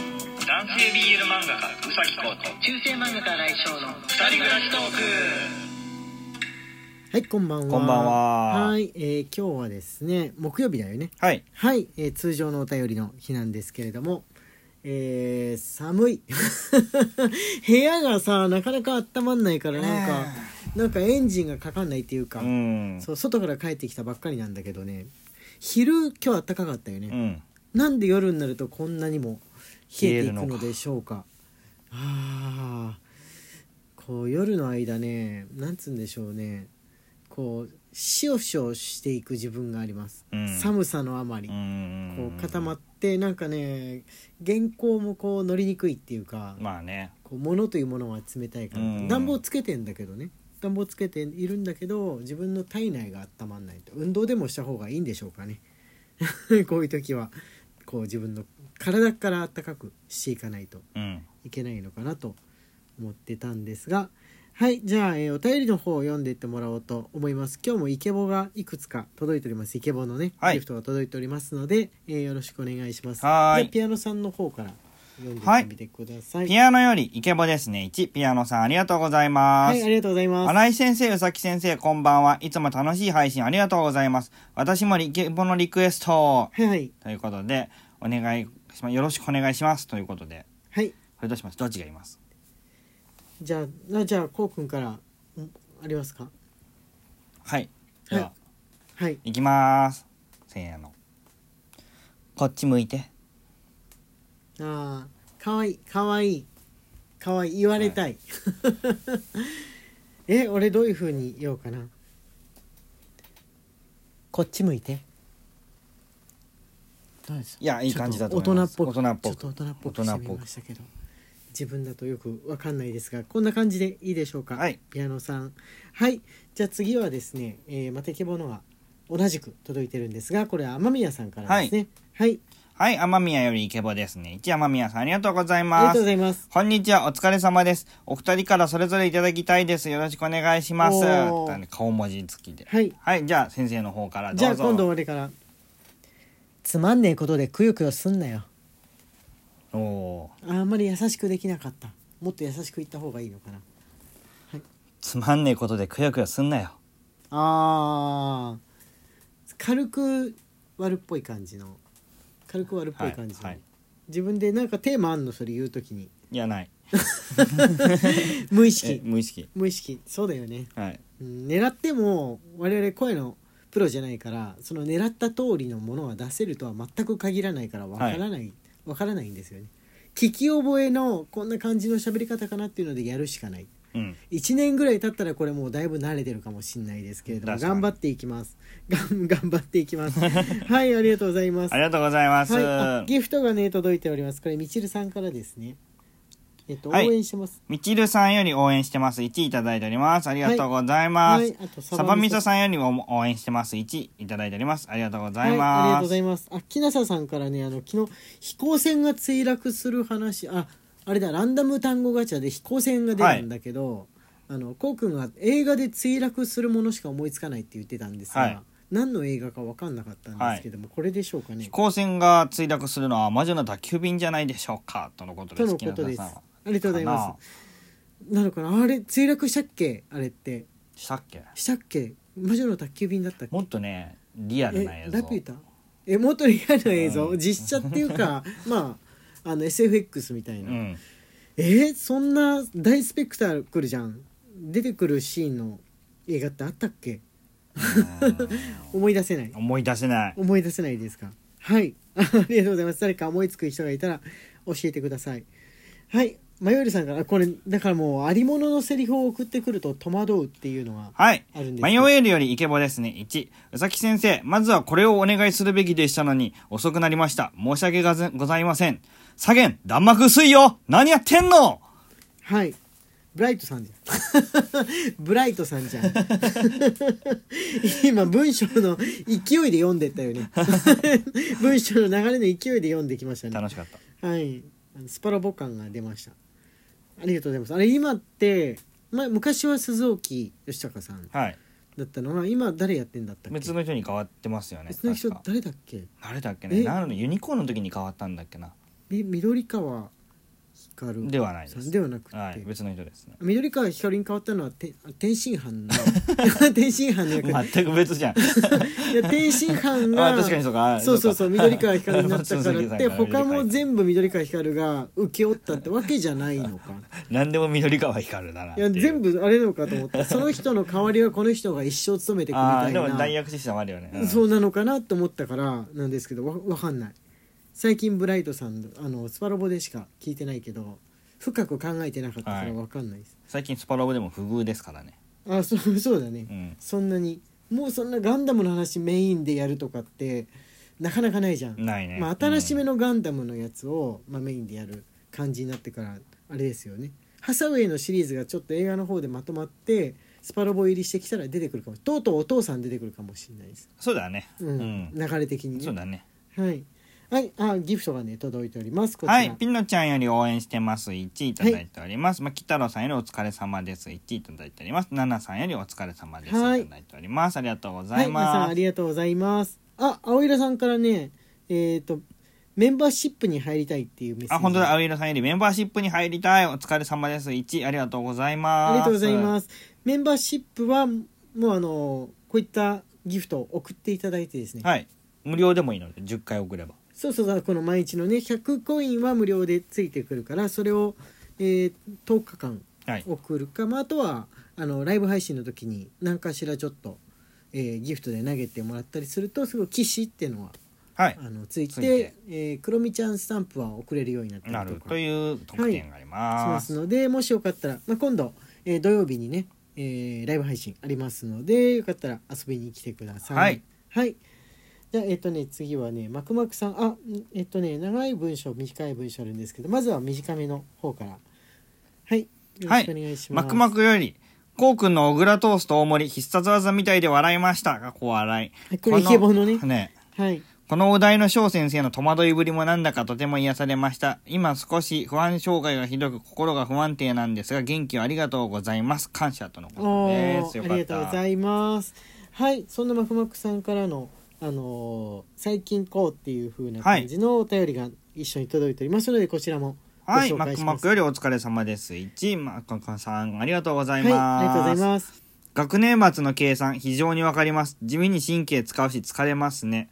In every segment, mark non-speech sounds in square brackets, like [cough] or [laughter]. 級 BL 漫画家うさぎこと中世漫画家来翔の二人暮らしトークはいこんばんはこんばんははい、えー今日はですね木曜日だよねはい。はい、えー通常のお便りの日なんですけれどもえー寒い [laughs] 部屋がさなかなか温まんないからなんかなんかエンジンがかかんないっていうか、うん。そう外から帰ってきたばっかりなんだけどね昼今日暖かかったよね、うん。なんで夜になるとこんなにも冷えていく冷えるののかでしょうかあーこう夜の間ねなんつうんでしょうねこうしおしおしていく自分があります、うん寒さのあまり、んこう固まってなんかね原稿もこう乗りにくいっていうか、まあね。こう物というものは冷たいから、うん暖房つけてんだけどね暖房つけているんだけど自分の体内が温まんないと運動でもした方がいいんでしょうかね [laughs] こういう時はこう自分の体から温かくしていかないとうん。いけないのかなと思ってたんですがはいじゃあ、えーお便りの方を読んでいってもらおうと思います今日もイケボがいくつか届いておりますイケボのね、はいギフトが届いておりますので、えーよろしくお願いしますはーいじゃあピアノさんの方から読んでいってみてください、ピアノよりイケボですね。1、ピアノさんありがとうございまはい、すあ。りがとうございます。新井先生、うさき先生、こんばんは。いつも楽しい配信ありがとうございます。私もイケボのリクエスト。はいはい。ということで、お願いします。よろしくお願いします。ということで。はい。これどうしますどっちが言いますじゃあ、なじゃあ、こうくんから、んありますかはい。では、はい。いきまーす。せーの。こっち向いて。ああ、かわいい、かわいい。かわいい、言われたい。 [laughs] え、俺どういうふうに言おうかな。こっち向いて。どうですいや、いい感じだと思います。ちょっと大人っぽ大く。ちょっと人大人っっぽぽく。くしてみましたけど。自分だとよくわかんないですが、こんな感じでいいでしょうか。はいピアノさん。はい。じゃあ次はですね、えー、またけぼのは同じく届いてるんですが、これは天宮さんからですね。はい。はい、雨宮よりイケボですね。一雨宮さんありがとうございありがまとうごす。ざいます。こんにちは、お疲れ様です。お二人からそれぞれいただきたいです。よろしくお願いします。おーだね顔文字付きで。はい。はい、じゃあ先生の方からどうぞ。じゃあ今度俺から。つまんねえことでくよくよすんなよ。おおーあんまり優しくできなかった。もっと優しく言った方がいいのかな。つまんねえことでくよくよすんなよ。あー軽く悪っぽい感じの軽く悪っぽい感じの、はいはい自分でなんかテーマあんのそれ言うときにいや、ない。無意え識無意識。無意識そうだよね、はい。うん、狙っても我々声のプロじゃないからその狙った通りのものは出せるとは全く限らないからわからない、わからないんですよね聞き覚えのこんな感じの喋り方かなっていうのでやるしかないうん。 1年ぐらい経ったらこれもうだいぶ慣れてるかもしれないですけれども確かに頑張っていきます [laughs] がん頑張っていきます [laughs] はいありがとうございますありがとうございます。はいあ、ギフトがね届いておりますこれみちるさんからですねえっと応はい援してます、みちるさんより応援してます。1いただいております。ありがとうございます。はいあとサバミソさんよりも応援してます。1いただいております。ありがとうござはいい、ありがまとうごす。ざいます。あ、きなささんからね、あの、昨日、飛行船が墜落する話、あ、あれだ、ランダム単語ガチャで飛行船が出るんだけど、あの、こうくんが映画で墜落するものしか思いつかないって言ってたんですが、はい何の映画か分かんなかったんですけども、これでしょうかね飛。行船が墜落するのは魔女の宅急便じゃないでしょうかとのことでとす。のことです。木村さんあはりがとうございます。なのかなあれ、墜落したっけあれって。したっけしたっけ魔女の宅急便だったっけもっとねリアルなえ映像ラピュタえもっとリアルな映像、うん実写っていう [laughs] かまああの SFX みたいうな、んえーそんな大スペクタクルじゃん出てくるシーンの映画ってあったっけ [laughs] 思い出せない思い出せない思い出せないですかはい [laughs] ありがとうございます誰か思いつく人がいたら教えてくださいはいマヨエルさんからあこれだからもうありもののセリフを送ってくると戸惑うっていうのははいあるんです迷えるよりイケボですね1うさき先生まずはこれをお願いするべきでしたのに遅くなりました申し訳がずございません左舷弾幕薄いよ何やってんのはい。ブライトさんじゃん。 [laughs] ブライトさんじゃん。今文章の勢いで読んでったよ [laughs] ね。文章の流れの勢いで読んできましたね。楽しかったはい。スパロボ感が出ました。ありがとうございます。あれ今って、まあ、昔は鈴置義孝さんはいだったのが今誰やってんだったっけ別の人に変わってますよね別の人確か誰だっけ誰だっけえねなるのユニコーンの時に変わったんだっけなみ緑川光ではないさでんすではなくて、はい別の人ですね緑川光に変わったのはて天津飯の天津飯の役、全く別じゃん [laughs] いや天津飯あが確かにそうかそうそうそうそうか緑川光になったからって松本清さんが他も全部緑川光が請け負ったってわけじゃないのか何でも緑川光るだなっいていやう全部あれなのかと思ったその人の代わりはこの人が一生務めていくみあたあいでも代な役システムあるよね、んそうなのかなと思ったからなんですけどわわかんない最近ブライトさんのあのスパロボでしか聞いてないけど深く考えてなかったかはらいわかんないです、最近スパロボでも不遇ですからねあそう [laughs] そうだね、うんそんなにもうそんなガンダムの話メインでやるとかってなかなかないじゃんないねまあ、新しめのガンダムのやつを、まあ、メインでやる感じになってからあれですよねハサウェイのシリーズがちょっと映画の方でまとまってスパロボ入りしてきたら出てくるかもとうとうお父さん出てくるかもしれないです、そうだねうんうん、流れ的にねそうだねはい、はい、あギフトがね届いておりますこちら、はい、ピノちゃんより応援してます。1いただいております。まあ、キタロさんよりお疲れ様です。1いただいております。ナナさんよりお疲れ様です。はいい、ただいております。ありがとうござはいい、皆ます。さんありがとうございます。あ、青色さんからね、えっ、と、メンバーシップに入りたいっていうメッセージ。あ、本当だ。あ青色さんよりメンバーシップに入りたい。お疲れ様です。1、ありがとうございます。。りがとうございますす。メンバーシップは、もうあの、こういったギフトを送っていただいてですね。はい。無料でもいいので、10回送れば。そうそうそう、この毎日のね、100コインは無料でついてくるから、それを、えー10日間はい。送るか、まあ、あとは、あの、ライブ配信の時に何かしらちょっと、えーギフトで投げてもらったりすると、すごい騎士っていうのははい。あのついてついてえー、クロミちゃんスタンプは送れるようになってなるるとことろしいう特典がありま。ますすのでもしよかったら、まあ、今度、えー土曜日にね、えーライブ配信ありますのでよかったら遊びに来てくださいはい、はいじゃあえっ、とね次はねマクマクさんあんえっ、とね長い文章短い文章あるんですけどまずは短めの方からはいよろしくお願いします、マクマクより、コウくんの小倉トースト大盛り必殺技みたいで笑いました。が、こう笑い。これイケボのねね。はいこのお題の翔先生の戸惑いぶりもなんだかとても癒されました。今少し不安障害がひどく心が不安定なんですが元気をありがとうございます。感謝とのことおでーす。よあかっりがとうごた。ざいます。はい、そんなまふまくさんからの、あのー最近こうっていう風な感じのお便りが一緒に届いておりますので、こちらもごはい、紹マッ介クしマまッす。クよりお疲れ様です。1、マックマックさん、ありがとうございはい、まあす。りがとうございます。学年末の計算、非常にわかります。地味に神経使うし疲れますね。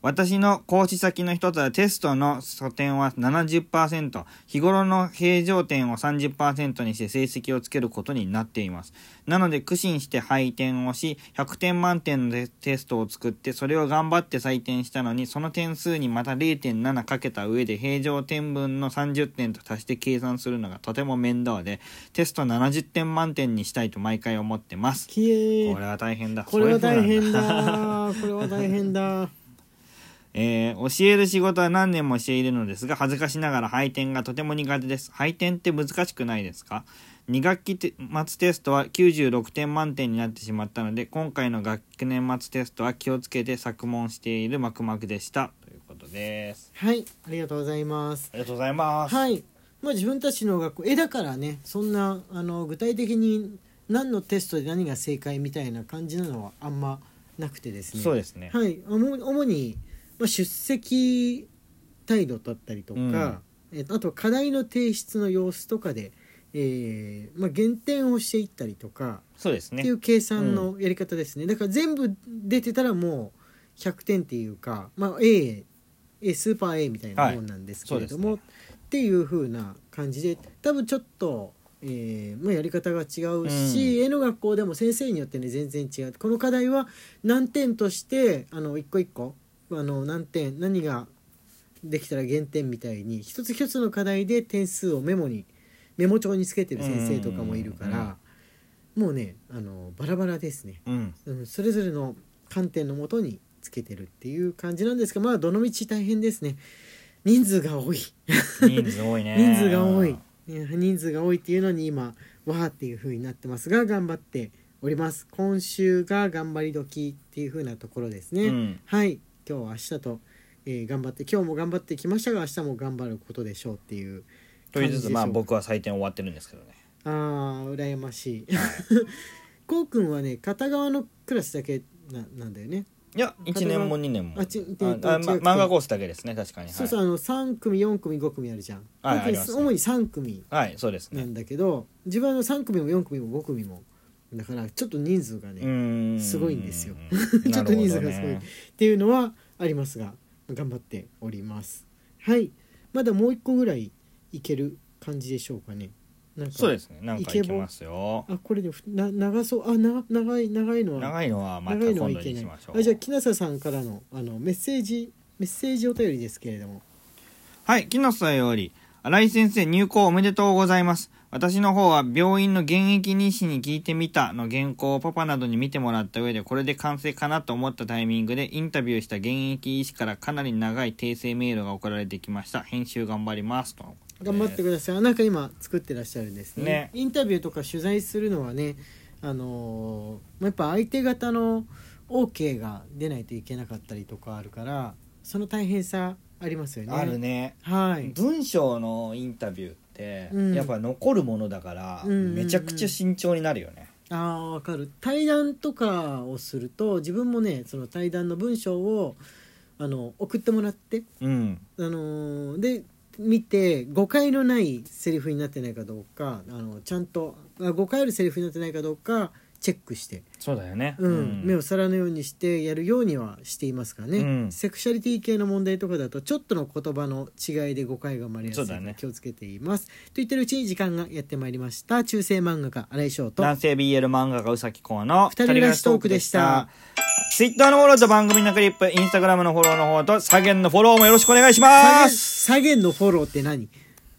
私の講師先の一つはテストの素点は70%、日頃の平常点を30%にして成績をつけることになっています。なので苦心して配点をし、100点満点のテストを作って、それを頑張って採点したのに、その点数にまた0.7かけた上で平常点分の30点と足して計算するのがとても面倒で、テスト70点満点にしたいと毎回思ってます。きえこれは大変だ。これはそう大いう風なん変だ。これは大変だ。 [laughs] えー教える仕事は何年もしているのですが恥ずかしながら配点がとても苦手です配点って難しくないですか2学期て末テストは96点満点になってしまったので今回の学年末テストは気をつけて作問しているマクマクでしたということですはい、ありがとうございます。ありがとうございますはい、まあ、自分たちの学校、え、だからね、そんな、あの、具体的に。何のテストで何が正解みたいな感じなのはあんまなくてですね。そうですねはい、おも主に、まあ、出席態度だったりとか、えあと課題の提出の様子とかで、えーまあ、減点をしていったりとか、そうですねっていう計算のやり方ですね、だから全部出てたらもう100点っていうか、まあ、A, A スーパー A みたいなもんなんですけれども、はいそうっていう風な感じで多分ちょっと、えーまあ、やり方が違うし、絵の学校でも先生によってね全然違うこの課題は何点としてあの一個一個あの何点何ができたら減点みたいに一つ一つの課題で点数をメモにメモ帳につけてる先生とかもいるから、もうねあのバラバラですね、 [laughs] うんうん、それぞれの観点のもとにつけてるっていう感じなんですがまあどの道大変ですね人数が多い人数多いね人数が多い、ね人数が多いっていうのに今わーっていう風になってますが頑張っております今週が頑張り時っていう風なところですね、うんはい今日は明日と、えー頑張って今日も頑張ってきましたが明日も頑張ることでしょうっていうと言いつつまあ感じでしょう僕は採点終わってるんですけどねあー羨 [laughs] ましいこうくんはね片側のクラスだけななんだよねいや1年も2年もあちえっとああま違う漫画コースだけですね確かにそうそう、はい、あの3組4組5組あるじゃん、はい僕ありますね主に3組はい、そうですなねんだけど自分はあの3組も4組も5組もだからちょっと人数がね、うーんすごいんですよ [laughs] ちちょっと人数がすごい、ねっていうのはありますが頑張っておりますはいまだもう一個ぐらいいける感じでしょうかねなんかそうですねなんかいけますよあこれでふな長そうあな長い長いのは長いのはまた長いの今度はいにけなしいましょうあじゃあ木下さんからのあのメッセージメッセージお便りですけれどもはい、木のさんより、新井先生入校おめでとうございます。私の方は病院の現役医師に聞いてみたの原稿をパパなどに見てもらった上でこれで完成かなと思ったタイミングでインタビューした現役医師からかなり長い訂正メールが送られてきました。編集頑張ります。とのことです頑張ってください、あなんか今作ってらっしゃるんですねねインタビューとか取材するのはねあのーまあやっぱ相手方の OK が出ないといけなかったりとかあるからその大変さありますよねあるね。はい文章のインタビューって、うんやっぱ残るものだから、うんうんうんめちゃくちゃ慎重になるよね。あーわかる対談とかをすると自分もねその対談の文章をあの送ってもらってうん。あのーで見て誤解のないセリフになってないかどうかあのちゃんとあ誤解あるセリフになってないかどうかチェックして、そうだよね。うん目をす皿のようにしてやるようにはしていますからね、うんセクシャリティ系の問題とかだとちょっとの言葉の違いで誤解が生まれやすいそうだね気をつけています、と言ってるうちに時間がやってまいりました中世漫画家荒井翔と男性 BL 漫画家うさきこうの二人暮らしトークでした。ツイッターのフォローと番組のクリップ、インスタグラムのフォローの方と、左舷のフォローもよろしくお願いしサゲまンす。サゲンのフォローって何